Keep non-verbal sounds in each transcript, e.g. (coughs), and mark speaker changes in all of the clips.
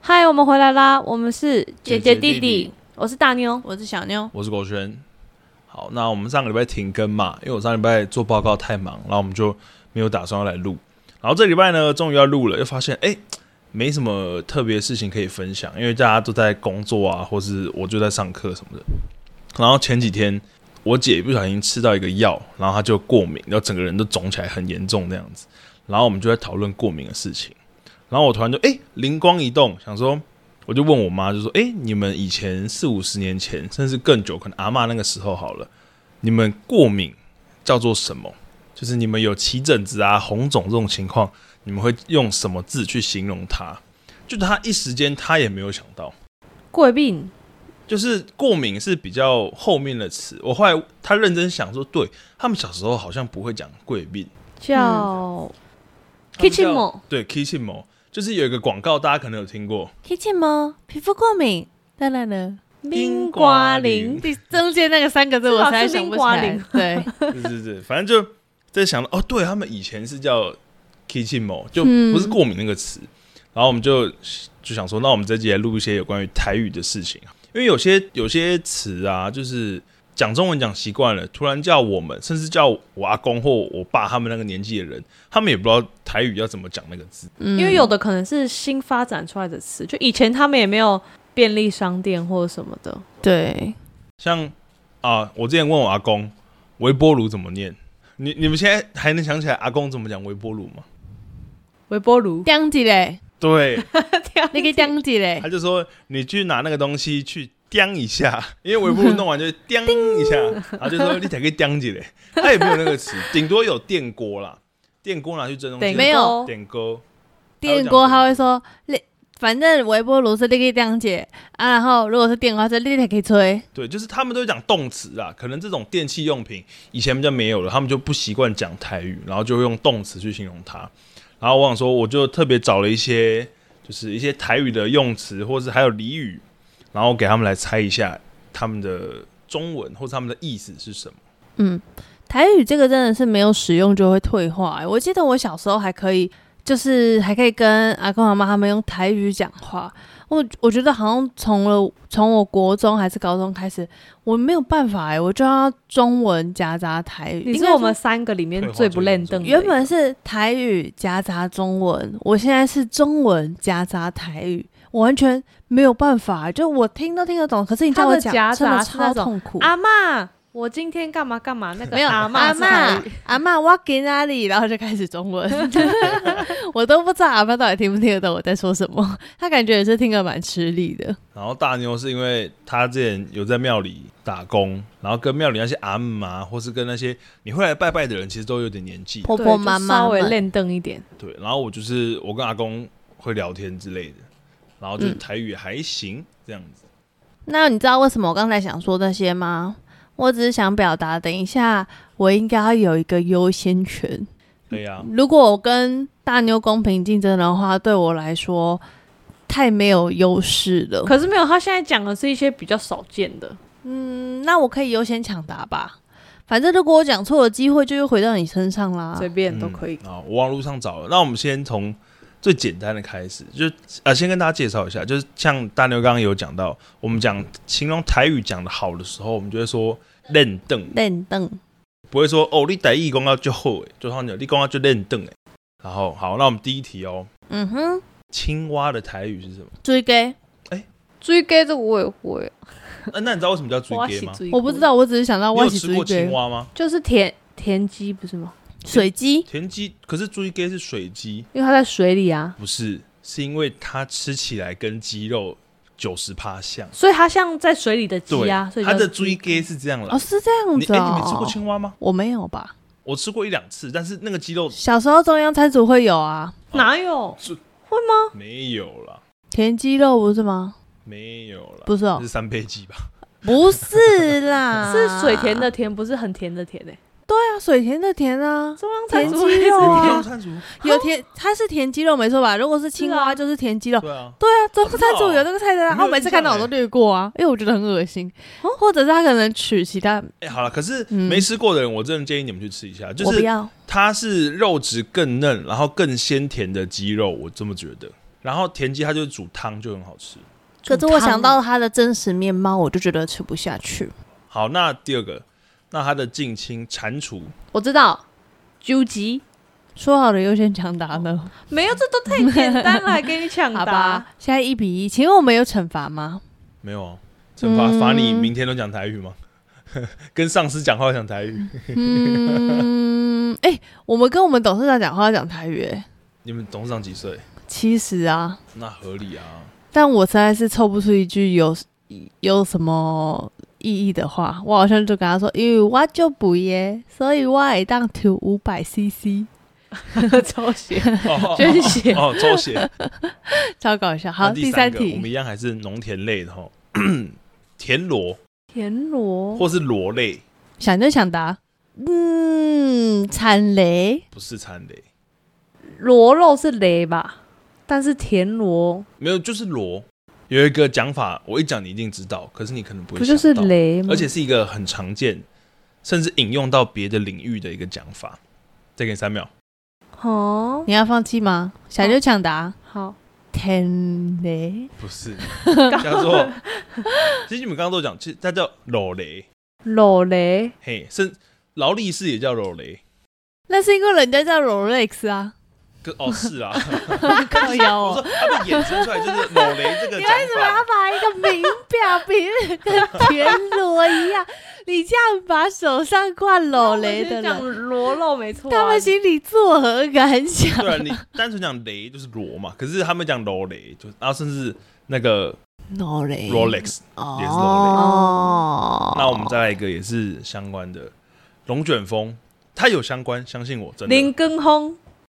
Speaker 1: 嗨，我们回来啦！我们是姐
Speaker 2: 姐
Speaker 1: 姐
Speaker 2: 弟
Speaker 1: 弟
Speaker 2: 弟
Speaker 1: 弟，我是大妞。
Speaker 2: 我是小妞，
Speaker 3: 我是国轩。好，那我们上个礼拜停更嘛，因为我上礼拜做报告太忙，然后我们就没有打算要来录。然后这礼拜呢，终于要录了，又发现哎、没什么特别的事情可以分享，因为大家都在工作啊，或是我就在上课什么的。然后前几天我姐不小心吃到一个药，然后她就过敏，然后整个人都肿起来，很严重那样子。然后我们就在讨论过敏的事情。然后我突然就哎、灵光一动，想说我就问我妈，就说：“诶，你们以前四五十年前，甚至更久，可能阿嬷那个时候好了，你们过敏叫做什么？就是你们有起疹子啊、红肿这种情况，你们会用什么字去形容它？”就她一时间她也没有想到，
Speaker 1: 过病，
Speaker 3: 就是过敏是比较后面的词。我后来她认真想说，对他们小时候好像不会讲贵病，
Speaker 1: 叫
Speaker 2: 嗯
Speaker 3: 他们叫
Speaker 1: kitchen 吗
Speaker 3: 对 kitchen 某，就是有一个广告，大家可能有听过，
Speaker 2: kitchen 吗？皮肤过敏，当然了。
Speaker 3: 冰瓜林
Speaker 2: 第中间那个三个字我实在想不起来
Speaker 1: 至 (laughs) 少。
Speaker 2: 对，
Speaker 3: 对对对，反正就在想到哦，对他们以前是叫 kitchen 某，就
Speaker 2: 嗯
Speaker 3: 不是过敏那个词。然后我们就就想说，那我们这集来录一些有关于台语的事情，啊因为有些有些词啊，就是讲中文讲习惯了，突然叫我们，甚至叫我阿公或我爸他们那个年纪的人，他们也不知道台语要怎么讲那个字。
Speaker 2: 因
Speaker 1: 因为有的可能是新发展出来的词，就以前他们也没有便利商店或者什么的。
Speaker 2: 对
Speaker 3: 像啊，我之前问我阿公微波炉怎么念，你你们现在还能想起来阿公怎么讲微波炉吗？
Speaker 1: 微波炉，
Speaker 2: 当机嘞，
Speaker 3: 对，
Speaker 2: 那个当机嘞
Speaker 3: 他，就说你去拿那个东西去掂一下， (laughs) 因为微波炉弄完就会掂一下，然后就说你才可以掂起来。他也没有那个词，顶多有电锅啦，电锅拿去蒸东西，
Speaker 2: 没有
Speaker 3: 电锅，
Speaker 2: 电锅他会说，你反正微波炉是那个当机啊，然后如果是电话是你才可以吹。
Speaker 3: 对，就是他们都会讲动词啊，可能这种电器用品以前比较没有了，他们就不习惯讲台语，然后就会用动词去形容它。然后我想说，我就特别找了一些，就是一些台语的用词，或是还有俚语，然后给他们来猜一下他们的中文或是他们的意思是什么。
Speaker 2: 嗯，台语这个真的是没有使用就会退化、欸我记得我小时候还可以，就是还可以跟阿公阿妈他们用台语讲话。我我觉得好像从了从我国中还是高中开始，我没有办法哎、我就要中文夹杂台语。
Speaker 1: 你
Speaker 2: 应
Speaker 1: 是
Speaker 2: 该
Speaker 1: 我们
Speaker 2: 说
Speaker 1: 三个里面最不认凳的一个。
Speaker 2: 原本是台语夹杂中文，我现在是中文夹杂台语，我完全没有办法欸、就我听都听得懂，可是你叫
Speaker 1: 它
Speaker 2: 我
Speaker 1: 的
Speaker 2: 讲，
Speaker 1: 夹
Speaker 2: 真的
Speaker 1: 杂是那
Speaker 2: 超
Speaker 1: 种
Speaker 2: 痛苦。
Speaker 1: 阿嬷，我今天干嘛干嘛那个
Speaker 2: 没有
Speaker 1: 阿嬷
Speaker 2: 阿
Speaker 1: 是台
Speaker 2: 妈
Speaker 1: 语，
Speaker 2: 阿妈，我给哪里？然后就开始
Speaker 1: (laughs)
Speaker 2: 中文，我都不知道阿妈到底听不听得懂我在说什么。她感觉也是听得蛮吃力的。
Speaker 3: 然后大妞是因为她之前有在庙里打工，然后跟庙里那些阿姆啊，或是跟那些你会来拜拜的人，其实都有点年纪。
Speaker 2: 婆
Speaker 1: 对
Speaker 2: 婆妈妈
Speaker 1: 就稍微
Speaker 2: 们
Speaker 1: 认凳一点。
Speaker 3: 对，然后我就是我跟阿公会聊天之类的，然后就是
Speaker 2: 嗯
Speaker 3: 台语还行这样子。
Speaker 2: 那你知道为什么我刚才想说那些吗？我只是想表达，等一下我应该要有一个优先权。
Speaker 1: 嗯
Speaker 3: 对呀、
Speaker 2: 如果我跟大妞公平竞争的话，对我来说太没有优势了。
Speaker 1: 可是没有，他现在讲的是一些比较少见的。
Speaker 2: 嗯，那我可以优先抢答吧。反正如果我讲错的机会就又回到你身上啦。
Speaker 1: 随便都可以。
Speaker 3: 啊、我网络上找了。那我们先从最简单的开始，就是啊、先跟大家介绍一下，就是像大妞刚刚有讲到，我们讲形容台语讲的好的时候，我们就会说认凳，
Speaker 2: 练凳。
Speaker 3: 不会说哦，你台语讲到就好诶，啊就像你你讲到就认凳诶。然后好，那我们第一题哦，
Speaker 2: 嗯哼，
Speaker 3: 青蛙的台语是什么？
Speaker 2: 追给
Speaker 1: 追根这个我也会，
Speaker 3: 那、呃那你知道为什么叫追
Speaker 1: 我
Speaker 3: 鸡
Speaker 1: 是
Speaker 3: 吗？
Speaker 1: 追鸡
Speaker 2: 我不知，道，我只是想到
Speaker 3: 你
Speaker 2: 外
Speaker 3: 有
Speaker 2: 企
Speaker 3: 吃
Speaker 2: 追
Speaker 3: 过青
Speaker 2: 给
Speaker 3: 蛙吗？
Speaker 1: 就是田田鸡不是吗？
Speaker 2: 水鸡
Speaker 3: 田鸡，可是追鸡是水鸡，
Speaker 1: 因为它在水里啊，
Speaker 3: 不是，是因为它吃起来跟鸡肉九十趴像。
Speaker 1: 所以它像在水里的
Speaker 3: 对
Speaker 1: 鸡啊，所以
Speaker 3: 它
Speaker 1: 叫
Speaker 3: 的追鸡是这样
Speaker 2: 哦，
Speaker 3: 啦。
Speaker 2: 是这样
Speaker 3: 你
Speaker 2: 子
Speaker 3: 哎、
Speaker 2: 哦。
Speaker 3: 你没吃过青蛙吗？
Speaker 2: 我没有吧？
Speaker 3: 我吃过一两次，但是那个鸡肉
Speaker 2: 小时候中央餐组会有啊，
Speaker 1: 哪有
Speaker 3: 是
Speaker 1: 会吗？
Speaker 3: 没有啦，
Speaker 2: 田鸡肉不是吗？
Speaker 3: 没有啦，
Speaker 2: 不是哦
Speaker 3: 这是三杯鸡吧？
Speaker 2: (laughs) 不是啦，
Speaker 1: 啊是水田的。田，不是很甜的甜诶、哦
Speaker 2: 对啊，水田的田啊，
Speaker 1: 中央
Speaker 2: 田
Speaker 1: 餐
Speaker 2: 鸡
Speaker 1: 桌也是
Speaker 2: 肉啊
Speaker 1: 甜
Speaker 3: (laughs) 中餐族，
Speaker 2: 有田它是田鸡肉没错吧？如果是青
Speaker 1: 是
Speaker 2: 蛙
Speaker 1: 啊
Speaker 2: 就是田鸡肉。
Speaker 3: (laughs) 对啊，
Speaker 2: 对啊，中
Speaker 3: 真的
Speaker 2: 餐组
Speaker 3: 哦
Speaker 2: 有那个菜单啊，
Speaker 3: 我
Speaker 2: 然
Speaker 3: 没有
Speaker 2: 后每
Speaker 3: 印
Speaker 2: 次
Speaker 3: 象
Speaker 2: 看到我都
Speaker 3: 欸哦
Speaker 2: 略过啊，因为我觉得很恶心，或者是他可能取其他，
Speaker 3: 哎、好了，可是
Speaker 2: 嗯
Speaker 3: 没吃过的人，我真的建议你们去吃一下，就
Speaker 2: 我不
Speaker 3: 是
Speaker 2: 要。
Speaker 3: 它是肉质更嫩，然后更鲜甜的鸡肉，我这么觉得。然后田鸡它就是煮汤就很好吃。
Speaker 2: 可是
Speaker 1: 煮
Speaker 2: 我
Speaker 1: 汤
Speaker 2: 想
Speaker 1: 哦
Speaker 2: 到它的真实面貌，我就觉得吃不下去。
Speaker 3: 好，那第二个，那它的近亲蟾蜍，
Speaker 1: 我知道，究极
Speaker 2: 说好的优先抢答呢？
Speaker 1: 没有，这都太简单了，还给你
Speaker 3: 哦
Speaker 1: 抢 (laughs)
Speaker 2: 好
Speaker 1: 答。
Speaker 2: 吧，现在一比一，请问我们有惩罚吗？
Speaker 3: 没有啊？惩罚罚你
Speaker 2: 嗯
Speaker 3: 明天都讲台语吗？ (laughs) 跟上司讲话要讲台语，
Speaker 2: 嗯，哎、我们跟我们董事长讲话要讲台语、欸，
Speaker 3: 你们董事长几岁？
Speaker 2: 其实啊，
Speaker 3: 那合理啊。
Speaker 2: 但我实在是凑不出一句有有什么意义的话，我好像就跟他说，因为我就不耶，所以我也当吐五百 (laughs) CC，
Speaker 1: 抽血，
Speaker 2: (laughs)
Speaker 3: 哦
Speaker 1: 捐血
Speaker 3: 哦，抽血。
Speaker 2: 超搞笑。 (laughs) 好，
Speaker 3: 那
Speaker 2: 第
Speaker 3: 三
Speaker 2: 三
Speaker 3: 个我们
Speaker 2: 题，
Speaker 3: 一样还是农田类的哈， (coughs) 田螺
Speaker 1: 田螺
Speaker 3: 或是螺类，
Speaker 2: 想就想答，嗯，惨雷，
Speaker 3: 不是蚕类，
Speaker 1: 螺肉是雷吧？但是田螺
Speaker 3: 没有就是螺。有一个讲法，我一讲你一定知道，可是你可能不会
Speaker 1: 不就是
Speaker 3: 想到，
Speaker 1: 雷吗？
Speaker 3: 而且是一个很常见，甚至引用到别的领域的一个讲法。再给你三秒，
Speaker 1: 哦，
Speaker 2: 你要放弃吗？想就想答，
Speaker 1: 好，
Speaker 2: 天雷，
Speaker 3: 不是 (laughs) 叫做，其实你们刚刚都讲，其实它叫螺雷，
Speaker 1: (laughs) 裸雷
Speaker 3: 嘿，甚劳力士也叫螺雷，
Speaker 2: 那是因为人家叫 Rolex 啊，
Speaker 3: 可哦是啊，
Speaker 2: (laughs) 靠腰哦
Speaker 3: 我说它被衍生出来就是螺雷这个
Speaker 2: 你
Speaker 3: 讲
Speaker 2: 为什么要
Speaker 3: 法，
Speaker 2: 把一个名表比喻跟田螺一样？你这样把手上挂
Speaker 1: 裸
Speaker 2: 裸雷的
Speaker 1: 讲
Speaker 2: 人，
Speaker 1: 螺肉没错啊，
Speaker 2: 他们心里作何感想
Speaker 3: 对？啊，你单纯讲雷就是螺嘛，可是他们讲螺雷，就然后甚至那个
Speaker 2: 裸
Speaker 3: 嗯
Speaker 2: 雷
Speaker 3: Rolex，也是
Speaker 1: 哦
Speaker 3: 那我们再来一个也是相关的龙卷风，它有相关，相信我，真的。
Speaker 1: 林根轰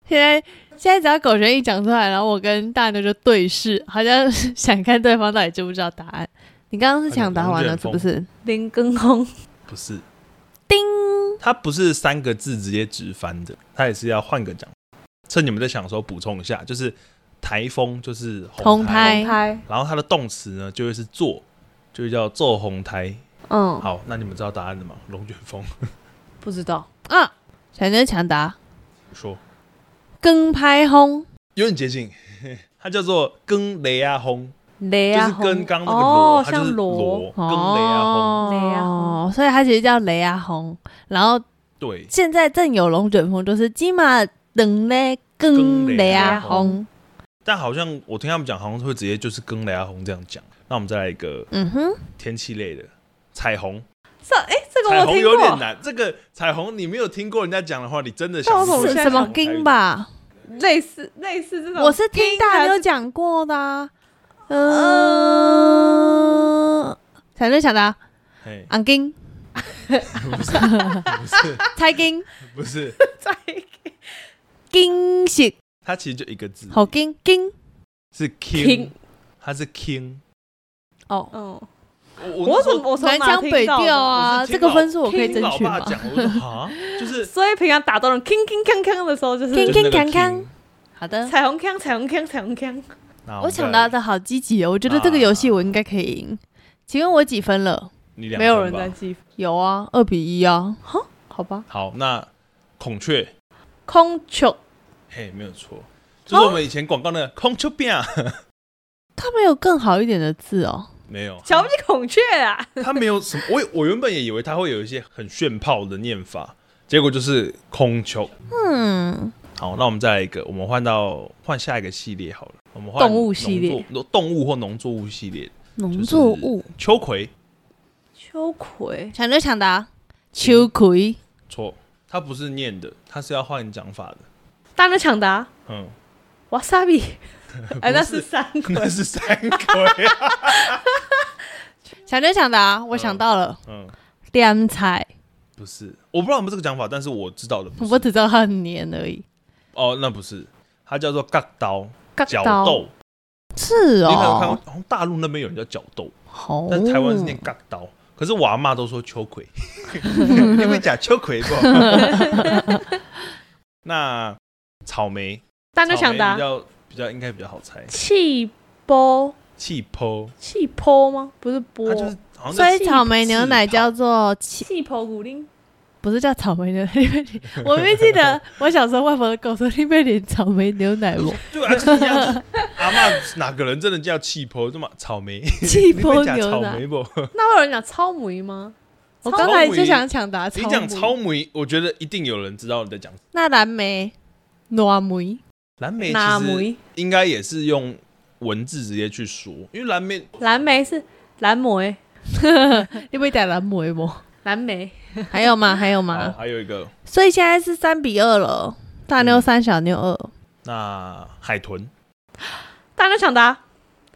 Speaker 2: 现在现在只要狗玄一讲出来，然后我跟大牛就对视，好像是想看对方到底知不知道答案。你刚刚是抢答完了是不是？
Speaker 1: 林根轰
Speaker 3: 不是，
Speaker 2: 叮，
Speaker 3: 它不是三个字直接直翻的，它也是要换个讲。趁你们在想的时候补充一下，就是台风就是
Speaker 2: 红
Speaker 3: 台，
Speaker 2: 台
Speaker 1: 拍，
Speaker 3: 然后它的动词呢就会是做，就会叫做红台。
Speaker 1: 嗯，
Speaker 3: 好，那你们知道答案了吗？龙卷风
Speaker 1: 不知道，
Speaker 2: 啊，想跟抢答，
Speaker 3: 说
Speaker 2: 跟拍轰，
Speaker 3: 有点接近， (laughs) 它叫做跟雷啊轰。
Speaker 1: 雷
Speaker 3: 就
Speaker 1: 啊
Speaker 3: 是
Speaker 1: 轰，
Speaker 3: 跟刚那个螺，
Speaker 1: 哦，
Speaker 3: 它就是
Speaker 1: 像
Speaker 3: 螺，跟雷啊轰，
Speaker 2: 哦，
Speaker 1: 雷啊轰
Speaker 2: 所以它其实叫雷亚红，然后
Speaker 3: 对，
Speaker 2: 现在正有龙卷风，就是金马等嘞更雷啊红。
Speaker 3: 但好像我听他们讲，好像会直接就是跟雷啊轰这样讲。那我们再来一个
Speaker 2: 嗯哼，
Speaker 3: 天气类的彩虹，
Speaker 1: 这哎，这个
Speaker 3: 彩
Speaker 1: 我
Speaker 3: 虹
Speaker 1: 听
Speaker 3: 有点
Speaker 1: 过，
Speaker 3: 难。这个彩虹你没有听过人家讲的话，你真的想
Speaker 1: 但我
Speaker 3: 不
Speaker 1: 总
Speaker 3: 出
Speaker 2: 是
Speaker 1: 现在
Speaker 2: 什么
Speaker 1: 想
Speaker 2: 金？吧？
Speaker 1: 类似类似这种，
Speaker 2: 我是听大
Speaker 1: 还
Speaker 2: 家
Speaker 1: 是
Speaker 2: 有讲过的啊。嗯，想就想答，
Speaker 3: 哎，
Speaker 2: 昂金
Speaker 3: 不是，不是，
Speaker 2: 猜金
Speaker 3: 不是，
Speaker 1: 在
Speaker 2: 金是
Speaker 3: 它其实就一个字，
Speaker 2: 好金金
Speaker 3: 是 king，
Speaker 1: 听
Speaker 3: 它是 king。
Speaker 2: 哦。
Speaker 1: 嗯，
Speaker 3: 我
Speaker 1: 我
Speaker 3: 我
Speaker 1: 怎么我从
Speaker 2: 南
Speaker 1: 哪
Speaker 2: 腔
Speaker 1: 听
Speaker 2: 北
Speaker 1: 到的
Speaker 2: 调啊，
Speaker 3: 我是
Speaker 2: 这
Speaker 3: 听
Speaker 2: 个
Speaker 3: 老
Speaker 2: 分数我可以
Speaker 3: 听
Speaker 2: 争
Speaker 3: 老
Speaker 2: 取
Speaker 3: 爸
Speaker 2: 吗？
Speaker 3: 讲，我说啊，就是
Speaker 1: 所以平常打到人铿铿锵锵的时候，就是
Speaker 2: 铿
Speaker 3: 就是那个
Speaker 2: 铿锵锵
Speaker 3: king。
Speaker 2: 好的，
Speaker 1: 彩虹锵，彩虹锵，彩虹锵。
Speaker 3: 那
Speaker 2: 我
Speaker 3: 们再
Speaker 2: 抢
Speaker 3: 来
Speaker 2: 答的好积极哦，我觉得这个游戏我应该可以赢。请问我几分了？
Speaker 3: 你两
Speaker 1: 没有
Speaker 3: 分
Speaker 1: 人
Speaker 3: 吧
Speaker 1: 在记分。
Speaker 2: 有啊，二比一啊。哈，好吧。
Speaker 3: 好，那孔雀，
Speaker 1: 空球，
Speaker 3: 嘿，没有错，就是我们以前广告那个孔雀饼，啊
Speaker 2: 他没有更好一点的字哦。
Speaker 3: 没有，
Speaker 1: 瞧不起孔雀啊！
Speaker 3: 它没有什么，我我原本也以为它会有一些很炫炮的念法，结果就是空丘。
Speaker 2: 嗯，
Speaker 3: 好，那我们再来一个，我们换到换下一个系列好了，我们换
Speaker 1: 动物系列
Speaker 3: 农作，动物或农作物系列，
Speaker 2: 农
Speaker 3: 就是
Speaker 2: 作物，
Speaker 3: 秋葵
Speaker 1: 秋葵，
Speaker 2: 抢就抢答。啊秋葵，
Speaker 3: 错，它不是念的，它是要换讲法的，
Speaker 1: 大家抢答，
Speaker 3: 嗯，
Speaker 1: 瓦萨比，
Speaker 3: (laughs)
Speaker 1: 哎，那是三
Speaker 3: 那是山葵，
Speaker 2: 抢就抢答。我
Speaker 3: 嗯
Speaker 2: 想到了，
Speaker 3: 嗯，
Speaker 2: 凉菜，
Speaker 3: (laughs) 不是，我不知道我们这个讲法，但是我知道的不
Speaker 2: (laughs) 我
Speaker 3: 是，
Speaker 2: 只知道它很黏而已。
Speaker 3: 哦，那不是，它叫做嘎刀， (laughs) 角
Speaker 1: 刀
Speaker 3: 豆。
Speaker 2: 是
Speaker 3: 你可能看过
Speaker 2: 哦，，
Speaker 3: 好像大陆那边有人叫角斗，
Speaker 2: 好
Speaker 3: 但是台湾是念嘎刀。可是我阿妈都说秋
Speaker 2: (laughs)
Speaker 3: 葵，你会讲秋葵不好？ (laughs) 那草莓，
Speaker 1: 大家想
Speaker 3: 草莓比
Speaker 1: 答
Speaker 3: 较比较应该比较好猜，
Speaker 1: 气波
Speaker 3: 气泡，
Speaker 1: 气波吗？不是波，
Speaker 3: 它就是好
Speaker 2: 所
Speaker 3: 像
Speaker 2: 以草莓牛奶叫做气，
Speaker 1: 气泡古丁。
Speaker 2: 不是叫草莓牛奶。 (laughs) 你被淋我没记
Speaker 3: (laughs)
Speaker 2: 得，我小时候外婆跟我说你被淋草莓牛奶我
Speaker 3: 对啊，就是这样子。阿妈哪个人真的叫气泡？这么草莓，
Speaker 2: 气
Speaker 3: 你会
Speaker 2: 泡
Speaker 3: 讲
Speaker 2: 牛
Speaker 3: 草
Speaker 2: 奶。
Speaker 3: 莓不？
Speaker 1: 那会有人讲超莓吗？
Speaker 2: 我刚才就想抢答草
Speaker 3: 你
Speaker 2: 莓，
Speaker 3: 讲草莓，我觉得一定有人知道你在讲什么
Speaker 2: 那蓝莓、暖莓，
Speaker 3: 蓝莓，
Speaker 1: 哪
Speaker 3: 其实
Speaker 1: 莓？
Speaker 3: 应该也是用文字直接去说，因为蓝莓
Speaker 1: 蓝莓是蓝莓，
Speaker 2: 你会讲蓝莓吗？
Speaker 1: 蓝莓
Speaker 2: (laughs) 还有吗？还有
Speaker 3: 好，
Speaker 2: 吗？
Speaker 3: 哦还有一个
Speaker 2: 所以现在是三比二了，大妞三，小妞二。
Speaker 3: 那海豚，
Speaker 1: 大家想答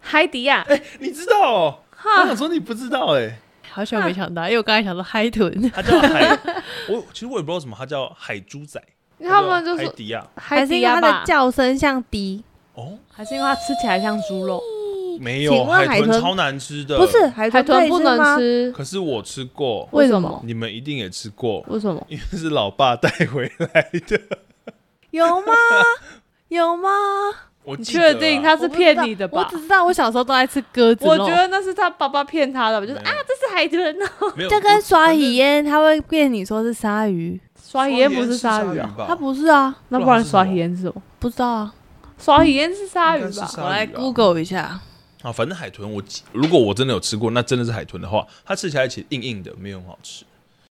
Speaker 1: 海底亚
Speaker 3: 哎、 (laughs) 你知道哦？我
Speaker 1: 哈
Speaker 3: 想，说你不知道哎、
Speaker 2: 好久没想到，因为我刚才想到海豚，
Speaker 3: 它叫海， (laughs) 我其实我也不知道为什么，它叫海猪仔，
Speaker 1: 因为他们
Speaker 3: 它
Speaker 1: 就
Speaker 3: 叫海
Speaker 1: 是
Speaker 3: 迪亚
Speaker 2: 还
Speaker 1: 海
Speaker 2: 是
Speaker 1: 底
Speaker 2: 因为
Speaker 1: 亚
Speaker 2: 它的
Speaker 1: 吧，
Speaker 2: 叫声像低？
Speaker 3: 哦，
Speaker 1: 还是因为它吃起来像猪肉？
Speaker 3: 没
Speaker 2: 请
Speaker 3: 有
Speaker 2: 问海
Speaker 3: 豚
Speaker 2: 豚
Speaker 3: 超难吃的，
Speaker 2: 不是，海
Speaker 1: 海
Speaker 2: 豚可
Speaker 1: 豚
Speaker 2: 以
Speaker 1: 不
Speaker 2: 吗
Speaker 1: 能？吃，
Speaker 3: 可是我吃过，
Speaker 2: 为什
Speaker 1: 什
Speaker 2: 么？
Speaker 1: 么
Speaker 3: 你们一定也吃过，
Speaker 1: 为什么？
Speaker 3: 因为是老爸带回来的。
Speaker 2: 有吗？ (laughs) 有吗？
Speaker 3: (laughs) 我
Speaker 1: 你
Speaker 3: 记得啊
Speaker 1: 确定他是骗你的
Speaker 2: 我
Speaker 1: 吧
Speaker 2: 不知道？我只知道我小时候都爱吃鸽子肉，
Speaker 1: 我觉得那是他爸爸骗他的吧，就是
Speaker 3: 没有
Speaker 1: 啊，这是海豚啊。
Speaker 3: 没有
Speaker 2: 就跟刷语烟，他会骗你说是鲨鱼，
Speaker 1: 刷
Speaker 3: 鱼
Speaker 1: 鱼烟不是鲨鱼啊，
Speaker 3: 吧？
Speaker 2: 它不是啊，
Speaker 1: 那
Speaker 3: 不
Speaker 1: 不
Speaker 3: 然
Speaker 1: 然
Speaker 3: 是
Speaker 1: 刷
Speaker 3: 什
Speaker 1: 鱼
Speaker 3: 么
Speaker 1: 烟是什么？
Speaker 2: 不知道啊。
Speaker 1: 刷鱼烟是鲨鱼
Speaker 3: 应该
Speaker 1: 吧
Speaker 3: 是？鲨
Speaker 2: 我来
Speaker 3: 鱼啊
Speaker 2: Google 一下，
Speaker 3: 啊，反正海豚我记如果我真的有吃过，那真的是海豚的话，它吃起来其实硬硬的，没有很好吃。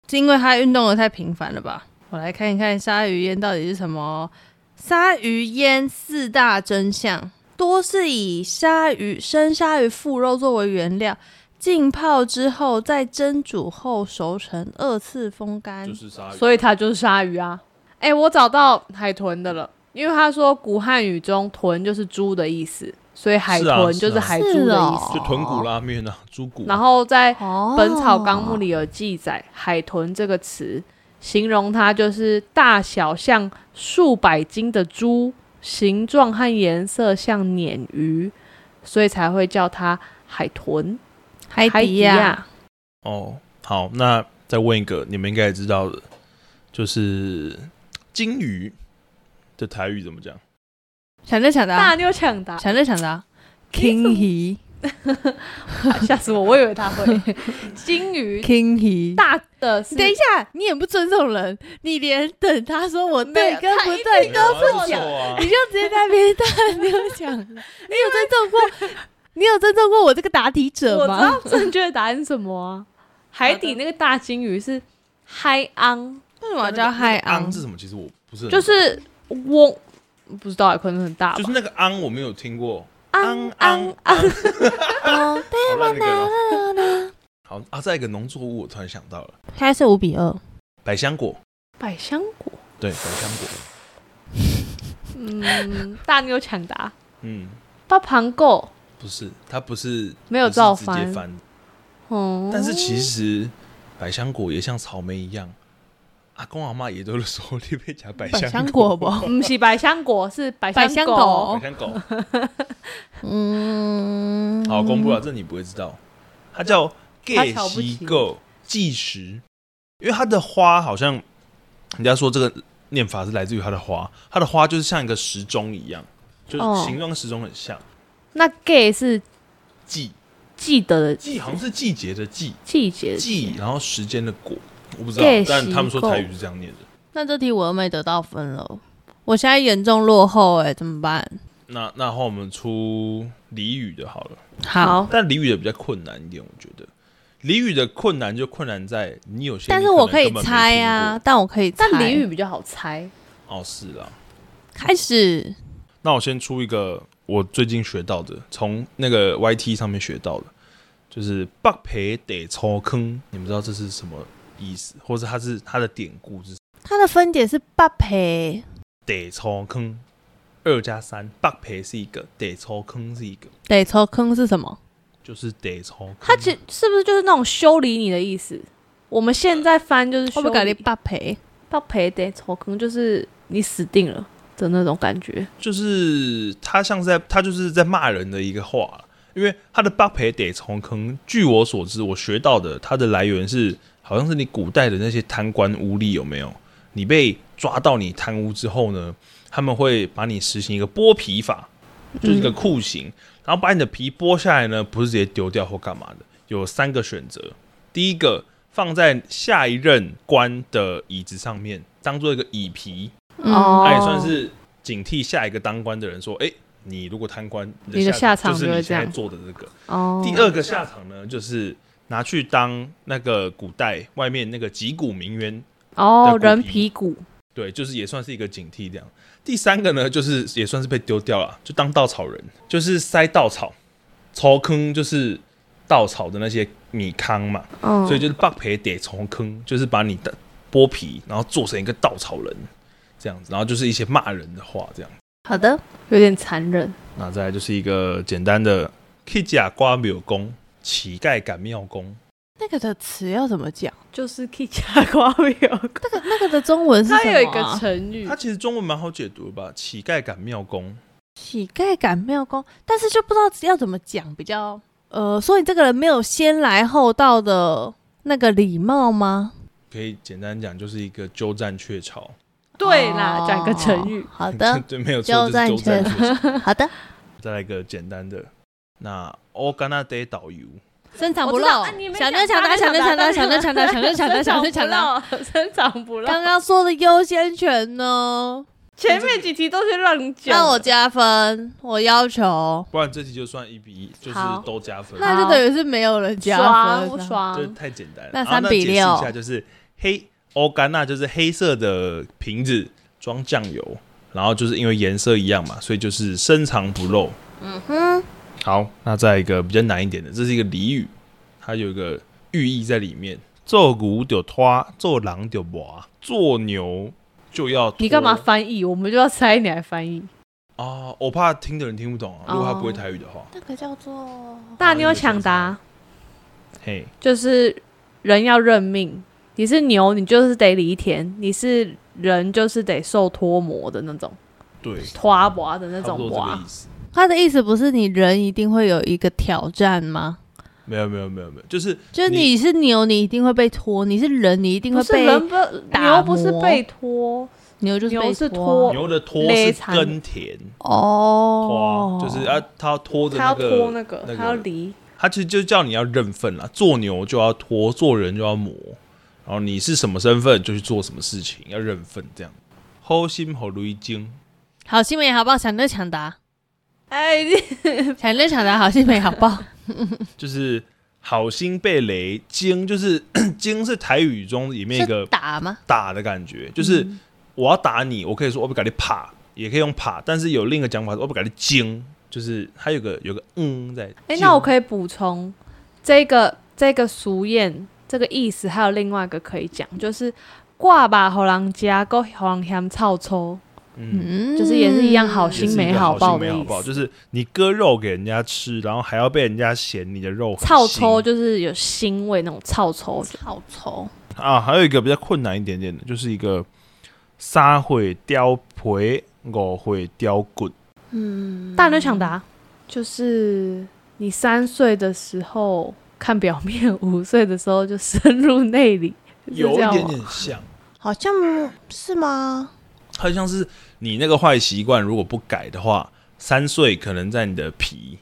Speaker 2: 是因为它运动的太频繁了吧？我来看一看鲨鱼烟到底是什么。鲨鱼烟四大真相，多是以鲨鱼生鲨鱼腹肉作为原料，浸泡之后再蒸煮后熟成，二次风干。
Speaker 3: 就是鲨鱼，
Speaker 1: 所以它就是鲨鱼啊。哎、我找到海豚的了，因为他说古汉语中“豚”就是猪的意思，所以海
Speaker 3: 是啊
Speaker 1: 豚
Speaker 3: 是
Speaker 1: 就是
Speaker 3: 啊
Speaker 1: 海猪的意思。哦
Speaker 2: 是
Speaker 3: 就豚骨拉面啊，猪骨。
Speaker 1: 然后在
Speaker 2: 哦
Speaker 1: 《本草纲目》里有记载“海豚”这个词，形容它就是大小像数百斤的猪，形状和颜色像鲶鱼，所以才会叫它海豚。
Speaker 2: 海
Speaker 1: 海底
Speaker 2: 底啊
Speaker 1: 啊
Speaker 2: 亚
Speaker 1: 亚，
Speaker 3: 哦，好，那再问一个，你们应该也知道的，就是金鱼的台语怎么讲？
Speaker 2: 想着想着啊，
Speaker 1: 大妞抢答，
Speaker 2: 想着想
Speaker 1: (laughs)
Speaker 2: 着啊，king 鱼
Speaker 1: 吓死我！我以为他 (laughs) 会金鱼
Speaker 2: ，king 鱼。
Speaker 1: 大的是
Speaker 2: 等一下，你也不尊重人，你连等他说我对
Speaker 1: 没有
Speaker 2: 跟
Speaker 1: 他
Speaker 2: 不
Speaker 1: 一定
Speaker 2: 对
Speaker 3: 没
Speaker 2: 都
Speaker 3: 有啊
Speaker 2: 不
Speaker 3: 是
Speaker 2: 讲，
Speaker 3: 错啊
Speaker 2: 你就直接在
Speaker 1: (laughs)
Speaker 2: 那边大牛讲了。你有尊重过？ (laughs) 你有尊重过我这个答题者
Speaker 1: 我知
Speaker 2: 吗
Speaker 1: 道？正确的答案是什么啊？ (laughs) 海底那个大金鱼是海昂，
Speaker 2: 为什么叫海
Speaker 3: 昂
Speaker 2: 昂
Speaker 3: 是？什么？其实我不是很
Speaker 1: 就是翁，不知道，可能很大吧。
Speaker 3: 就是那个昂，我没有听过。
Speaker 1: 昂
Speaker 3: 昂
Speaker 1: 昂
Speaker 3: 昂，
Speaker 2: 哦对
Speaker 3: 好 (laughs) 烂那个咯。好啊，再一个农作物，我突然想到了
Speaker 2: 现在是五比二，
Speaker 3: 百香果，
Speaker 1: 百香果。
Speaker 3: 对，百香果，
Speaker 1: 嗯，大妞抢答，
Speaker 3: 嗯，
Speaker 1: 八盘够。
Speaker 3: 不是，它不是
Speaker 1: 没有
Speaker 3: 不是
Speaker 1: 照
Speaker 3: 直接
Speaker 1: 翻
Speaker 3: 翻，
Speaker 1: 哦、
Speaker 3: 但是其实百香果也像草莓一样，阿公阿妈也都是说 (laughs) 你别讲百
Speaker 2: 百香
Speaker 3: 果
Speaker 2: 果
Speaker 3: (laughs)
Speaker 2: 不？
Speaker 1: 嗯不是百香果，是百
Speaker 2: 百香
Speaker 1: 香
Speaker 2: 狗
Speaker 3: 百香狗。
Speaker 2: 嗯，
Speaker 3: 好，公布了，这你不会知道，它叫 gay
Speaker 1: 瞧不起
Speaker 3: 西购计时，因为它的花好像人家说这个念法是来自于它的花，它的花就是像一个时钟一样，就是
Speaker 1: 哦
Speaker 3: 形状跟时钟很像。
Speaker 1: 那 gay 是
Speaker 3: 季
Speaker 1: 记得的
Speaker 3: 季好像是季节的季，
Speaker 1: 季节。
Speaker 3: 季然后时间的果，我不知道
Speaker 1: gay，
Speaker 3: 但他们说
Speaker 1: 西购
Speaker 3: 台语是这样念的。
Speaker 2: 那这题我又没得到分了，我现在严重落后哎，怎么办？
Speaker 3: 那那后我们出俚语的好了，
Speaker 2: 好，
Speaker 3: 但俚语的比较困难一点，我觉得。俚语的困难就困难在你有些，
Speaker 2: 但是我可以猜啊，。但我可以猜。
Speaker 1: 但俚语比较好猜，
Speaker 3: 哦，是啦，
Speaker 2: 开始，
Speaker 3: 那我先出一个我最近学到的，从那个 YT 上面学到的，就是“北培得抽坑”，你们知道这是什么意思，或者它是它的典故是
Speaker 2: 它的分解是八赔
Speaker 3: “得抽坑”，二加三，“北培”是一个，“得抽坑”是一个，
Speaker 2: 得抽坑是什么？
Speaker 3: 就是“得抽坑”。
Speaker 1: 它其是不是就是那种修理你的意思？我们现在翻就是
Speaker 2: 会
Speaker 1: 修
Speaker 2: 不会改你
Speaker 1: 理，
Speaker 2: 八赔？
Speaker 1: 要赔得抽坑，就是你死定了的那种感觉。
Speaker 3: 就是它像是在它就是在骂人的一个话，因为它的八培得从可能据我所知，我学到的它的来源是好像是你古代的那些贪官污吏有没有？你被抓到你贪污之后呢，他们会把你实行一个剥皮法，就是一个酷刑，然后把你的皮剥下来呢，不是直接丢掉或干嘛的，有三个选择。第一个放在下一任官的椅子上面，当做一个椅皮，
Speaker 2: 嗯
Speaker 1: 哦
Speaker 3: 那也算是警惕下一个当官的人说，哎、你如果贪官，
Speaker 1: 你的下场
Speaker 3: 就是
Speaker 1: 就会
Speaker 3: 你
Speaker 1: 这
Speaker 3: 现在
Speaker 1: 样
Speaker 3: 做的这个。
Speaker 1: 哦，
Speaker 3: 第二个下场呢，就是拿去当那个古代外面那个击鼓鸣冤，
Speaker 1: 哦
Speaker 3: 的，骨
Speaker 1: 人
Speaker 3: 皮
Speaker 1: 皮骨
Speaker 3: 对，就是也算是一个警惕这样。第三个呢，就是也算是被丢掉了，就当稻草人，就是塞稻草，草坑就是稻草的那些米糠嘛，
Speaker 1: 嗯，
Speaker 3: 所以就是绑皮得从坑，就是把你的剥皮，然后做成一个稻草人这样子，然后就是一些骂人的话这样。
Speaker 2: 好的，
Speaker 1: 有点残忍。
Speaker 3: 那再来就是一个简单的 k 甲瓜庙公，乞丐赶庙公。
Speaker 2: 那个的词要怎么讲？
Speaker 1: 就是 K 加瓜没有，
Speaker 2: 那个那个的中文是什么、啊？
Speaker 1: 它有一个成语
Speaker 3: 它，其实中文蛮好解读的吧？乞丐赶庙公，
Speaker 2: 乞丐赶庙公，但是就不知道要怎么讲比较呃，所以这个人没有先来后到的那个礼貌吗？
Speaker 3: 可以简单讲就是一个鸠占鹊巢。
Speaker 1: 对啦
Speaker 2: 哦，
Speaker 1: 讲个成语，
Speaker 2: 好的，
Speaker 3: (laughs) 对，没有错，
Speaker 2: 鸠
Speaker 3: 这
Speaker 2: 占
Speaker 3: 是鸠占鹊巢。
Speaker 2: 好的，
Speaker 3: 再来一个简单的，那 o g a n a Day 导游，
Speaker 2: 深藏
Speaker 1: 我
Speaker 2: 不
Speaker 1: 知
Speaker 2: 露
Speaker 1: 道啊你，没
Speaker 2: 抢
Speaker 1: 讲
Speaker 2: 着抢
Speaker 1: 他
Speaker 2: 着抢
Speaker 1: 没
Speaker 2: 着
Speaker 1: 讲
Speaker 2: 抢
Speaker 1: 他
Speaker 2: 着抢着抢着抢着抢着抢着抢着，
Speaker 1: 着，生长不
Speaker 2: 刚
Speaker 1: 浪。
Speaker 2: 刚说的优先权呢？
Speaker 1: 前面几题都是乱讲，
Speaker 2: 让我加分，我要求，
Speaker 3: 不然这题就算一比一，就是
Speaker 1: 好
Speaker 3: 都加分。
Speaker 2: 那就等于是没有人加
Speaker 1: 爽
Speaker 2: 分，啊
Speaker 1: 不
Speaker 3: 这
Speaker 1: 爽？
Speaker 3: 太简单了。
Speaker 2: 那
Speaker 3: 好
Speaker 2: 3比
Speaker 3: 解释一
Speaker 2: 6
Speaker 3: 下就是黑欧甘娜就是黑色的瓶子装酱油，然后就是因为颜色一样嘛，所以就是深藏不露。
Speaker 2: 嗯哼，
Speaker 3: 好，那再一个比较难一点的，这是一个俚语，它有一个寓意在里面。做牛就拖，做狼就磨，做牛就要拖
Speaker 1: 你干嘛翻译？我们就要猜你来翻译。
Speaker 3: 啊？我怕听的人听不懂啊，如果他
Speaker 1: 哦
Speaker 3: 不会台语的话，
Speaker 2: 那个叫做
Speaker 1: 大妞抢答
Speaker 3: 嘿，
Speaker 1: 就是人要认命，你是牛，你就是得犁田；你是人，就是得受脱磨的那种，
Speaker 3: 对，
Speaker 1: 拖磨的那
Speaker 3: 差不
Speaker 1: 种
Speaker 3: 多这
Speaker 1: 磨啊
Speaker 3: 个意。思。
Speaker 2: 他的意思不是你人一定会有一个挑战吗？
Speaker 3: 没有没有没有没有，就是
Speaker 2: 就是你是牛，你一定会被拖；你是人，你一定
Speaker 1: 不
Speaker 2: 会
Speaker 1: 是
Speaker 2: 被
Speaker 1: 人不
Speaker 2: 打
Speaker 1: 牛不是
Speaker 2: 磨
Speaker 1: 被拖，
Speaker 2: 牛就是被
Speaker 1: 牛是
Speaker 2: 拖
Speaker 1: 拖
Speaker 3: 牛的拖
Speaker 1: 哦勒
Speaker 3: 是
Speaker 1: 残
Speaker 3: 耕田，
Speaker 2: 哦
Speaker 3: 拖，就是啊，他拖着
Speaker 1: 哦他要
Speaker 3: 那
Speaker 1: 拖
Speaker 3: 个，
Speaker 1: 那个
Speaker 3: 那，
Speaker 1: 他要
Speaker 3: 个
Speaker 1: 犁。
Speaker 3: 他其实就叫你要认份啦，做牛就要拖，做人就要磨，然后你是什么身份就去做什么事情，要认份这样。齁心齁雷精，
Speaker 2: 好心美好报，抢着抢答， (laughs)
Speaker 1: 哎，你
Speaker 2: 抢着抢答，好心美好报。
Speaker 3: 就是好心被雷，精就是 (coughs) 精是台语中里面一
Speaker 2: 是
Speaker 3: 个
Speaker 2: 打吗？
Speaker 3: 打的感觉，就是
Speaker 1: 嗯
Speaker 3: 我要打你，我可以说我不给你啪，也可以用啪，但是有另一个讲法是我不给你精，就是它有个有个嗯在。
Speaker 1: 哎、那我
Speaker 3: 以
Speaker 1: 可以补充这个这个俗谚这个意思，还有另外一个可以讲，就是挂吧，猴狼家，够猴狼嫌臭臭，
Speaker 3: 嗯。
Speaker 2: 嗯
Speaker 1: 就是也是一样好
Speaker 3: 就
Speaker 1: 心
Speaker 3: 是一
Speaker 1: 没
Speaker 3: 个
Speaker 1: 好
Speaker 3: 好
Speaker 1: 报
Speaker 3: 没
Speaker 1: 的
Speaker 3: 好
Speaker 1: 意
Speaker 3: 报，就
Speaker 1: 思。
Speaker 3: 是你割肉给人家吃，然后还要被人家嫌你的肉很
Speaker 1: 臭
Speaker 3: 哦腥
Speaker 1: 臭就是有腥味那种臭臭，
Speaker 2: 好丑。
Speaker 3: 啊。还有一个比较困难一点点的，就是一个三会雕皮，五会雕骨。
Speaker 2: 嗯，
Speaker 1: 大人抢答，就是你三岁的时候看表面，五岁的时候就深入内
Speaker 3: (laughs)
Speaker 1: 里，是
Speaker 3: 有
Speaker 1: 这
Speaker 3: 一
Speaker 1: 样
Speaker 3: 点
Speaker 1: 吗？
Speaker 3: 点像，
Speaker 2: 好像是吗？
Speaker 3: 它像是你那个坏习惯，如果不改的话，三岁可能在你的皮，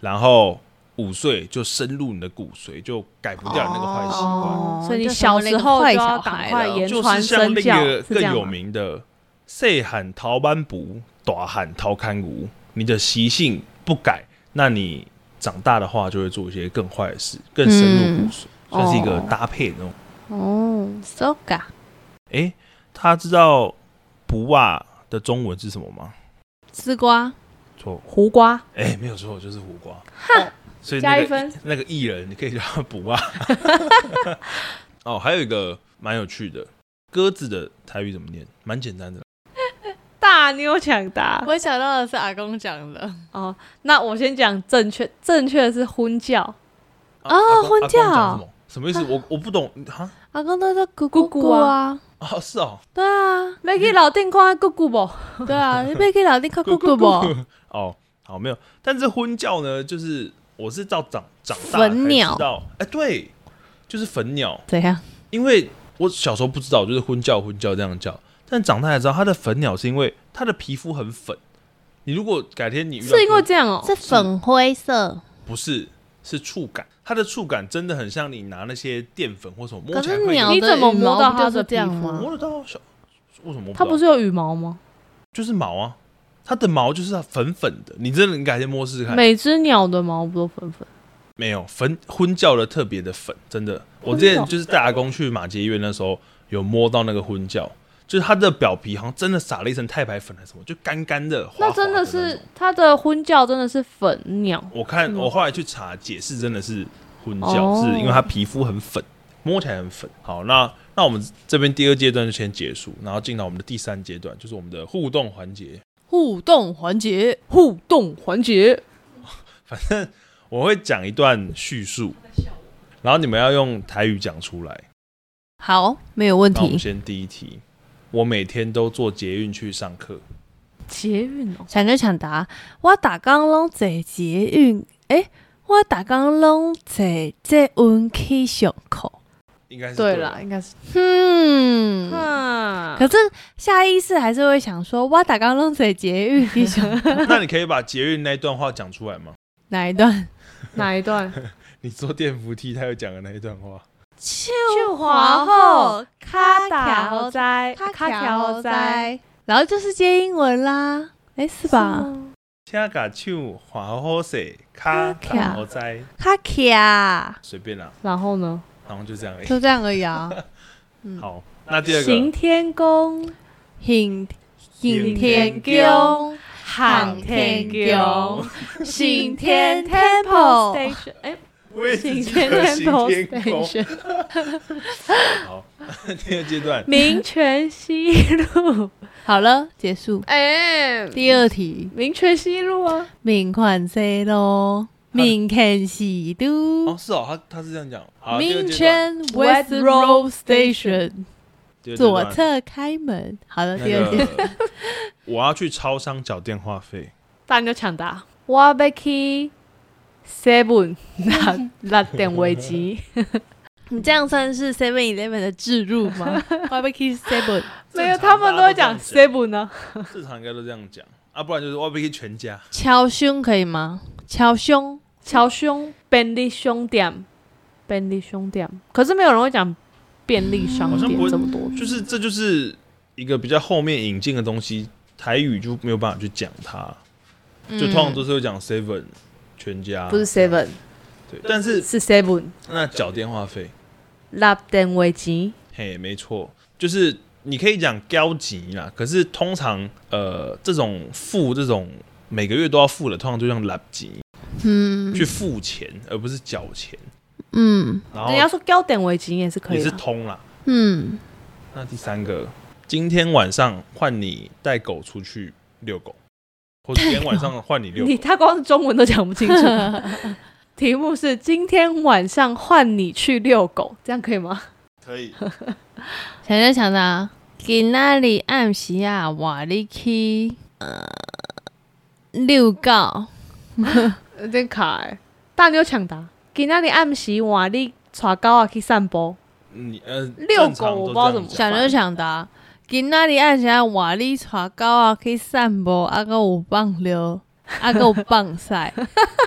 Speaker 3: 然后五岁就深入你的骨髓，就改不掉你那个坏习惯。
Speaker 2: 哦
Speaker 1: 所以你小时候就要赶快言
Speaker 3: 就是
Speaker 1: 传
Speaker 3: 像
Speaker 1: 身
Speaker 3: 那
Speaker 1: 教，
Speaker 3: 个
Speaker 1: 是这
Speaker 3: 更
Speaker 1: 样
Speaker 3: 有
Speaker 1: 吗
Speaker 3: 名的“岁喊逃班不，大喊逃看无”，你的习性不改，那你长大的话就会做一些更坏的事，更深入骨髓，算是一个
Speaker 1: 哦
Speaker 3: 搭配那种。
Speaker 2: 哦，soga
Speaker 3: 哎、他知道“不啊”的中文是什么吗？
Speaker 2: 丝瓜
Speaker 3: 错，
Speaker 1: 胡瓜
Speaker 3: 哎、没有错，就是胡瓜。所以那
Speaker 1: 加一
Speaker 3: 个 (laughs)
Speaker 1: 分，
Speaker 3: 那个艺人，你可以叫他
Speaker 1: (laughs)
Speaker 3: 补啊。哦，还有一个蛮有趣的，鸽子的台语怎么念？蛮简单的。
Speaker 1: 大妞抢答。
Speaker 2: 我想到的是阿公讲的
Speaker 1: 哦，那我先讲正确，正确的是婚教，
Speaker 3: 啊
Speaker 2: 哦啊
Speaker 3: 阿公
Speaker 2: 婚
Speaker 3: 阿公
Speaker 2: 教
Speaker 3: 讲什么？什么意思？我我不懂哈
Speaker 2: 阿公都说咕
Speaker 1: 咕咕
Speaker 2: 啊，
Speaker 3: 啊，是
Speaker 2: (laughs)
Speaker 3: 哦
Speaker 2: 对啊，
Speaker 1: 要
Speaker 3: 嗯
Speaker 1: 去老店看姑姑不？
Speaker 2: (laughs) 对啊，你别给老弟看咕咕不？
Speaker 3: (laughs) 哦，好没有。但是婚教呢，就是我是到长长大才
Speaker 2: 粉鸟
Speaker 3: 知道，哎、对，就是粉鸟，
Speaker 2: 怎样？
Speaker 3: 因为我小时候不知道，就是婚叫婚叫这样叫，但长大才知道它的粉鸟是因为它的皮肤很粉。你如果改天你遇到
Speaker 1: 是因为这样哦、
Speaker 2: 是粉灰色，
Speaker 3: 不是是触感，它的触感真的很像你拿那些淀粉或什么摸
Speaker 2: 可
Speaker 3: 起来
Speaker 2: 是
Speaker 3: 会
Speaker 2: 鸟
Speaker 3: 有
Speaker 1: 你
Speaker 2: 的
Speaker 1: 怎么
Speaker 2: 羽毛
Speaker 1: 摸到
Speaker 2: 不
Speaker 1: 它
Speaker 2: 就是
Speaker 1: 的
Speaker 2: 这样
Speaker 1: 皮肤
Speaker 2: 吗？
Speaker 3: 摸得到小为什么摸
Speaker 1: 它
Speaker 3: 不
Speaker 1: 不
Speaker 3: 是
Speaker 1: 是有羽毛吗？
Speaker 3: 就是毛啊，它的毛就是粉粉的，你真的你改天摸试试看，
Speaker 1: 每只鸟的毛不都粉粉？
Speaker 3: 没有粉婚叫的特别的粉，真的。我之
Speaker 1: 婚
Speaker 3: 前
Speaker 1: 叫
Speaker 3: 就是带阿公去马偕医院的时候，有摸到那个婚叫，就是它的表皮好像真的撒了一层太白粉还是什么，就干干的。滑滑
Speaker 1: 那
Speaker 3: 的
Speaker 1: 真的
Speaker 3: 那
Speaker 1: 是
Speaker 3: 种
Speaker 1: 它的婚叫真的是粉鸟，
Speaker 3: 我看
Speaker 1: 是吗
Speaker 3: 我后来去查解释，真的是婚叫，
Speaker 1: 哦
Speaker 3: 是因为它皮肤很粉，摸起来很粉。好，那那我们这边第二阶段就先结束，然后进到我们的第三阶段，就是我们的互动环节。
Speaker 2: 互动环节，
Speaker 1: 互动环节。
Speaker 3: 反正我会讲一段叙述，然后你们要用台语讲出来。
Speaker 2: 好，没有问
Speaker 3: 那我们
Speaker 2: 题。
Speaker 3: 先第一题，我每天都坐捷运去上课，
Speaker 1: 捷运哦、
Speaker 2: 抢着抢答，我打工拢坐捷运，诶、我打工拢坐捷运去上课。
Speaker 3: 应该是
Speaker 1: 对
Speaker 3: 了
Speaker 1: 啦，。应该是。
Speaker 2: 嗯，
Speaker 1: 啊
Speaker 2: (laughs) 可是下意识还是会想说，我打工拢坐捷运去 (laughs) 上课
Speaker 3: 那你可以把捷运那段话讲出来吗？
Speaker 2: 哪一段？
Speaker 1: 哪一段？
Speaker 3: 你坐电扶梯，他有讲的那一段话。
Speaker 2: 秋
Speaker 1: 皇后
Speaker 2: 卡
Speaker 1: 卡在，卡条在，，
Speaker 2: 然后就是接英文啦，诶，是吧？
Speaker 3: 恰嘎手滑好水，卡卡好在，
Speaker 2: 卡卡，
Speaker 3: 随便啦，
Speaker 1: 然后呢？
Speaker 3: 然后就这样而已。
Speaker 2: 就这样而
Speaker 3: (laughs)
Speaker 2: 已啊。
Speaker 3: 好，那第二
Speaker 1: 行
Speaker 3: 个，
Speaker 1: 天宫，
Speaker 3: 行
Speaker 2: 行行
Speaker 3: 天
Speaker 2: 天
Speaker 1: 宫
Speaker 2: 宫，
Speaker 1: 航
Speaker 2: 天
Speaker 1: 宫
Speaker 2: 宫，
Speaker 1: 行
Speaker 2: 行
Speaker 1: 天
Speaker 2: 天
Speaker 1: Temple
Speaker 2: Temple
Speaker 1: Station，哎，
Speaker 3: (laughs) 我也
Speaker 1: 行
Speaker 3: 只记
Speaker 1: 天
Speaker 3: 得行
Speaker 1: Temple
Speaker 3: 天 (laughs) 宫。
Speaker 1: Station，
Speaker 3: 好，第二阶段，
Speaker 1: 民权西路，
Speaker 2: 好了，结束。
Speaker 1: (laughs) 哎，
Speaker 2: 第二题，
Speaker 1: 民权西路啊，
Speaker 2: 命款西咯，命肯西
Speaker 3: 哦，
Speaker 2: 都，
Speaker 3: 是哦，他他是这样讲。好，第二
Speaker 2: 明
Speaker 3: 阶段，
Speaker 2: 圈 West Road Station
Speaker 3: 第二阶
Speaker 2: 左
Speaker 3: 段
Speaker 2: 侧开门。好了，
Speaker 3: 那
Speaker 2: 第二题，
Speaker 3: 个， (laughs) 我要去超商缴电话费。
Speaker 1: 大家就抢答，我要去 Seven (laughs) 那那点危机，
Speaker 2: 你这样算是 Seven Eleven 的置入
Speaker 3: (laughs)
Speaker 2: 吗？Barbecue Seven，
Speaker 1: (laughs) 没有，他们都会讲
Speaker 3: 正
Speaker 1: Seven 啊呢，
Speaker 3: 正常应该都这样讲啊，不然就是我被全家。
Speaker 2: 敲胸可以吗？敲胸，
Speaker 1: 乔兄便利商店，便利商店，可是没有人会讲便利商
Speaker 3: 好像不
Speaker 1: 店
Speaker 3: 会
Speaker 1: 这么多
Speaker 3: 就是这就是一个比较后面引进的东西，台语就没有办法去讲它，就通常都
Speaker 2: 是
Speaker 3: 是会讲 seven 全家，
Speaker 1: 嗯不是 Seven，
Speaker 3: 对，但是
Speaker 1: 是 Seven。
Speaker 3: 那缴电话费，
Speaker 1: 拉电话钱，
Speaker 3: 嘿，没错，就是你可以讲交集啦，可是通常呃这种付这种每个月都要付的，通常就像垃圾
Speaker 2: 嗯
Speaker 3: 去付钱，而不是缴钱，
Speaker 2: 嗯
Speaker 3: 然
Speaker 1: 人家
Speaker 3: 后
Speaker 1: 说交电话钱也是可
Speaker 3: 哦也
Speaker 1: 以
Speaker 3: 是
Speaker 1: 的。
Speaker 3: 通啦。
Speaker 2: 嗯，
Speaker 3: 那第三个，今天晚上换你带狗出去遛狗，或者今天晚上换你遛
Speaker 1: (laughs) 你
Speaker 3: 狗。
Speaker 1: 他光是中文都讲不清楚。
Speaker 3: (laughs)
Speaker 1: 题目是今天晚上换你去遛狗，这样可以吗？
Speaker 3: 可以，
Speaker 2: 想着想着啊，今仔日暗时啊，我你去呃遛狗，
Speaker 1: 有点卡哎、大妞抢答，今仔日暗时换你带狗啊去散步，
Speaker 3: 你呃
Speaker 1: 遛
Speaker 3: 正常
Speaker 1: 狗我不
Speaker 3: 都
Speaker 1: 知道
Speaker 3: 这样
Speaker 1: 怎么
Speaker 3: 讲
Speaker 2: 想着想着啊，今仔日暗时啊，我你带狗啊去散步，啊个有放溜，啊个有放晒，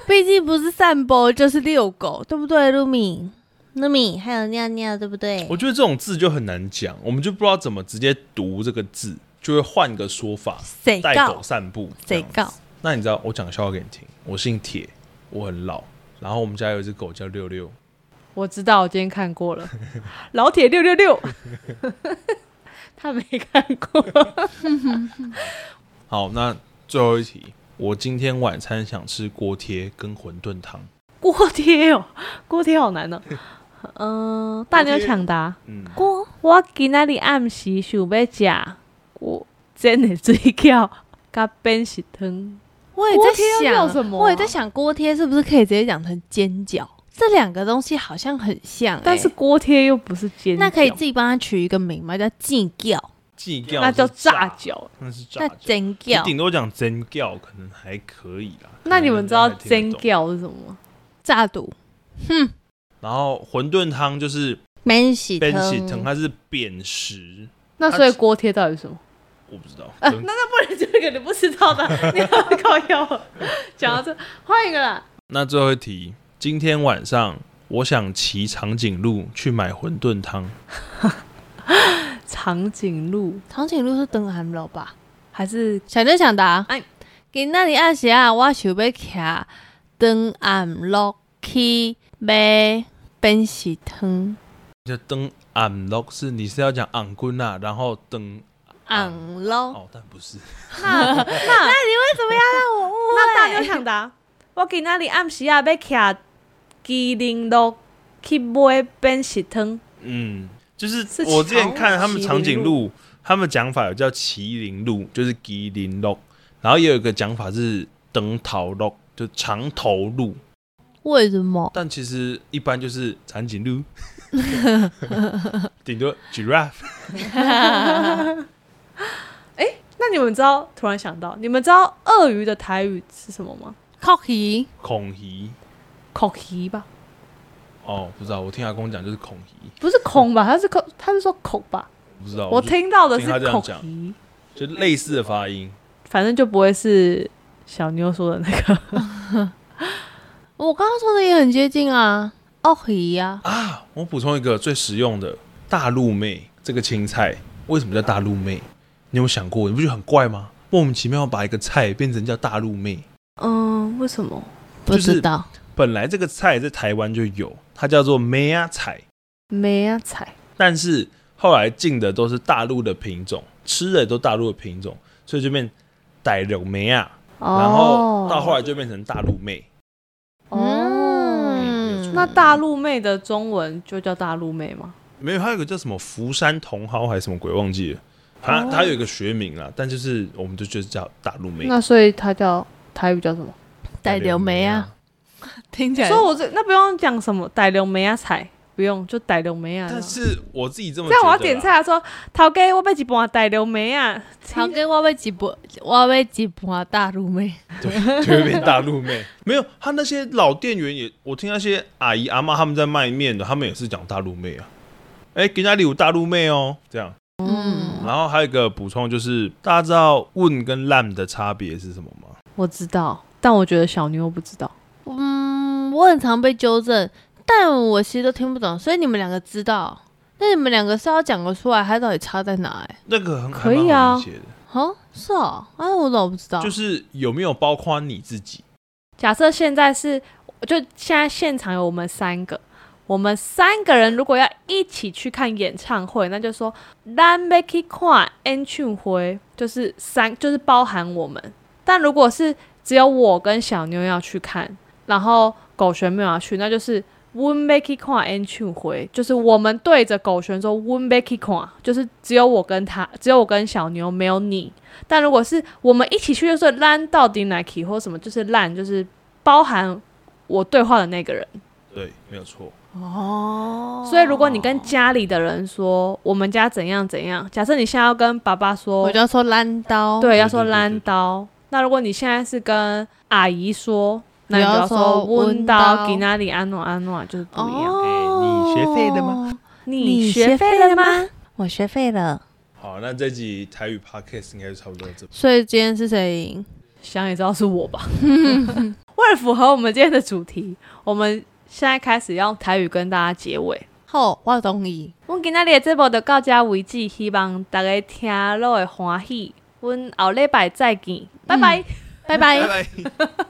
Speaker 2: 毕竟不是散步就是遛狗，对不对，露米？露米还有尿尿，对不对
Speaker 3: 我？觉得这种字就很难讲，我们就不知道怎么直接读这个字，就会换个说法，
Speaker 2: 谁
Speaker 3: 带
Speaker 2: 告
Speaker 3: 狗？散步。这
Speaker 2: 谁
Speaker 3: 样子
Speaker 2: 告？
Speaker 3: 那你知道我讲个笑话给你听，我姓铁，我很老，然后我们家有一只狗叫六六，
Speaker 1: 我知道，我今天看过了， (laughs) 老铁六六六， (laughs) 他没看过。 (laughs)
Speaker 3: 好，那最后一题，我今天晚餐想吃锅贴跟馄饨汤。
Speaker 1: 锅贴哦，锅贴好难哦。嗯、大妞抢答，
Speaker 3: 嗯，
Speaker 2: 锅
Speaker 1: 我今仔日暗时想要食我煎的水饺甲扁食汤，
Speaker 2: 我也
Speaker 1: 锅
Speaker 2: 在
Speaker 1: 贴要
Speaker 2: 想
Speaker 1: 叫什么啊
Speaker 2: 我也在想锅贴是不是可以直接讲成煎饺？这两个东西好像很像、欸，
Speaker 1: 但是锅贴又不是煎饺，
Speaker 2: 那可以自己帮它取一个名吗？叫煎饺，
Speaker 3: 寄掉
Speaker 1: 那叫
Speaker 3: 是
Speaker 1: 炸，饺。
Speaker 3: 那是炸
Speaker 2: 那
Speaker 3: 饺。
Speaker 2: 煎
Speaker 3: 你
Speaker 2: 饺
Speaker 3: 顶多讲蒸饺可能还可以啦。
Speaker 1: 那你们知道
Speaker 3: 可能
Speaker 1: 煎
Speaker 3: 人家还听得懂
Speaker 1: 饺是什么吗？
Speaker 2: 炸肚，
Speaker 3: 然后馄饨汤就是
Speaker 2: 免洗
Speaker 3: 边喜藤，它是扁食，
Speaker 1: 那所以锅贴到底是什么？
Speaker 3: 我不知道。
Speaker 1: 呃，
Speaker 3: 可能
Speaker 1: 那那 (laughs) 不能这个你不知道 (laughs) 的，你要靠腰。讲到这，换一个啦。
Speaker 3: 那最后一题，今天晚上我想骑长颈鹿去买馄饨汤，
Speaker 1: 长颈鹿
Speaker 2: 长颈鹿是登寒楼吧？
Speaker 1: 还是
Speaker 2: 想真想答，
Speaker 1: 哎
Speaker 2: 今仔日暗时啊，我想要徛登暗落去买扁食汤，
Speaker 3: 就登俺落是你是要讲俺棍啊，然后登
Speaker 2: 暗落。
Speaker 3: 哦，但不是，
Speaker 1: 那那
Speaker 2: 为什么要让我误
Speaker 1: 那大牛抢答，啊我今仔日暗时啊要徛麒麟路去买扁食汤，
Speaker 3: 嗯，就是
Speaker 1: 是
Speaker 3: 我之前
Speaker 1: 长
Speaker 3: 看他们
Speaker 1: 麒
Speaker 3: 长
Speaker 1: 麟
Speaker 3: 颈
Speaker 1: 鹿
Speaker 3: 鹿，他们讲法有叫麒麟鹿，就是麒麟鹿，然后也有一个讲法是登头鹿，就长头鹿，
Speaker 2: 为什
Speaker 1: (laughs)
Speaker 2: 么？ (laughs)
Speaker 3: 但其实一般就是长颈鹿，顶多 giraffe。
Speaker 1: 那你们知道？突然想到，你们知道鳄鱼的台语是什么吗？
Speaker 2: 靠皮
Speaker 3: 恐鱼
Speaker 1: 孔鱼吧，
Speaker 3: 哦，不知道，我听阿公讲就是恐鱼，
Speaker 1: 不是孔吧？他是孔，他是说孔吧？
Speaker 3: 不知道，
Speaker 1: 我
Speaker 3: 就
Speaker 1: 听到的是
Speaker 3: 哦听他这样
Speaker 1: 孔
Speaker 3: 讲
Speaker 1: 鱼，
Speaker 3: 就类似的发音，
Speaker 1: 反正就不会是小妞说的那个。
Speaker 2: 我刚刚说的也很接近啊，哦皮呀、啊，
Speaker 3: 我补充一个最实用的大陆妹这个青菜，为什么叫大陆妹？你有想过？你不觉得很怪吗？莫名其妙把一个菜变成叫大陆妹。
Speaker 1: 嗯，为什么？
Speaker 2: 不知道，
Speaker 3: 本来这个菜在台湾就有，它叫做梅啊菜，
Speaker 1: 没啊，菜
Speaker 3: 但是后来进的都是大陆的品种，吃的也都大陆的品种，所以就变傣肉梅啊，
Speaker 2: 哦
Speaker 3: 然后到后来就变成大陆妹。
Speaker 1: 哦，
Speaker 2: 嗯
Speaker 3: 没有错
Speaker 1: 那大陆妹的中文就叫大陆妹吗？
Speaker 3: 没有，还有一个叫什么福山茼蒿还是什么鬼，忘记了。它
Speaker 2: 哦
Speaker 3: 它有一个学名啦，但就是我们就觉得叫大陆妹。
Speaker 1: 那所以它叫台语叫什么？
Speaker 2: 带流梅啊，，听起来
Speaker 1: 所以我这那不用讲什么逮龙梅啊菜，不用就逮龙梅啊。
Speaker 3: 但是我自己这么
Speaker 1: 这样我要
Speaker 3: 觉得
Speaker 1: 点
Speaker 3: 啦，
Speaker 1: 菜，他说头家我要一盘逮龙梅啊，
Speaker 2: 头家我要一盘，我要一盘大陆妹，
Speaker 3: 对，就会变大陆妹。 (laughs) 没有，他那些老店员也，我听那些阿姨阿妈他们在卖面的，他们也是讲大陆妹啊。哎，给那里有大陆妹哦，这样。
Speaker 2: 嗯
Speaker 3: 然后还有一个补充就是，大家知道问跟 lam 的差别是什么吗？
Speaker 1: 我知道，但我觉得小妞不知道。
Speaker 2: 嗯，我很常被纠正，但我其实都听不懂，所以你们两个知道，那你们两个是要讲得出来，它到底差在哪、欸？
Speaker 3: 那个很还
Speaker 1: 可以啊
Speaker 3: 蛮好理解的，
Speaker 2: 哦，是哦，啊，我怎么不知道？
Speaker 3: 就是有没有包括你自己？
Speaker 1: 假设现在是，就现在现场有我们三个，我们三个人如果要一起去看演唱会，那就说咱要去看演唱会，就是三就是包含我们。但如果是只有我跟小妞要去看，然后狗璇没有要去，那就是。温贝去看演唱会，就是我们对着狗璇说温贝去看，就是只有我跟他，只有我跟小牛，没有你。但如果是我们一起去，就是烂到底 Nike 或什么，就是烂，就是包含我对话的那个人。
Speaker 3: 对，没有错。
Speaker 2: 哦，
Speaker 1: 所以如果你跟家里的人说我们家怎样怎样，假设你现在要跟爸爸说
Speaker 2: 我，就要说烂刀，
Speaker 1: 对，
Speaker 3: 对
Speaker 1: 要说
Speaker 3: 对对
Speaker 1: 烂刀。那如果你现在是跟阿姨说，那你
Speaker 2: 你
Speaker 1: 就
Speaker 2: 要
Speaker 1: 要说
Speaker 2: 说
Speaker 1: 温
Speaker 2: 温刀
Speaker 1: 刀给哪里安诺安诺，啊就是不一样。
Speaker 2: 哦，
Speaker 3: 哎你学废了吗？
Speaker 1: 你学废了吗？？
Speaker 2: 我学废了。
Speaker 3: 哦好，那这集台语 podcast 应该就差不多到这。
Speaker 2: 所以今天是谁赢？
Speaker 1: 想也知道是我
Speaker 2: (laughs)
Speaker 1: 吧。为了符合我们今天的主题，我们现在开始用台语跟大家结尾。
Speaker 2: 好，我同意。
Speaker 1: 阮今仔日的节目就到这为止，希望大家听落会欢喜。阮后礼拜再见，拜拜。
Speaker 3: (laughs)
Speaker 2: 拜拜。
Speaker 3: 拜。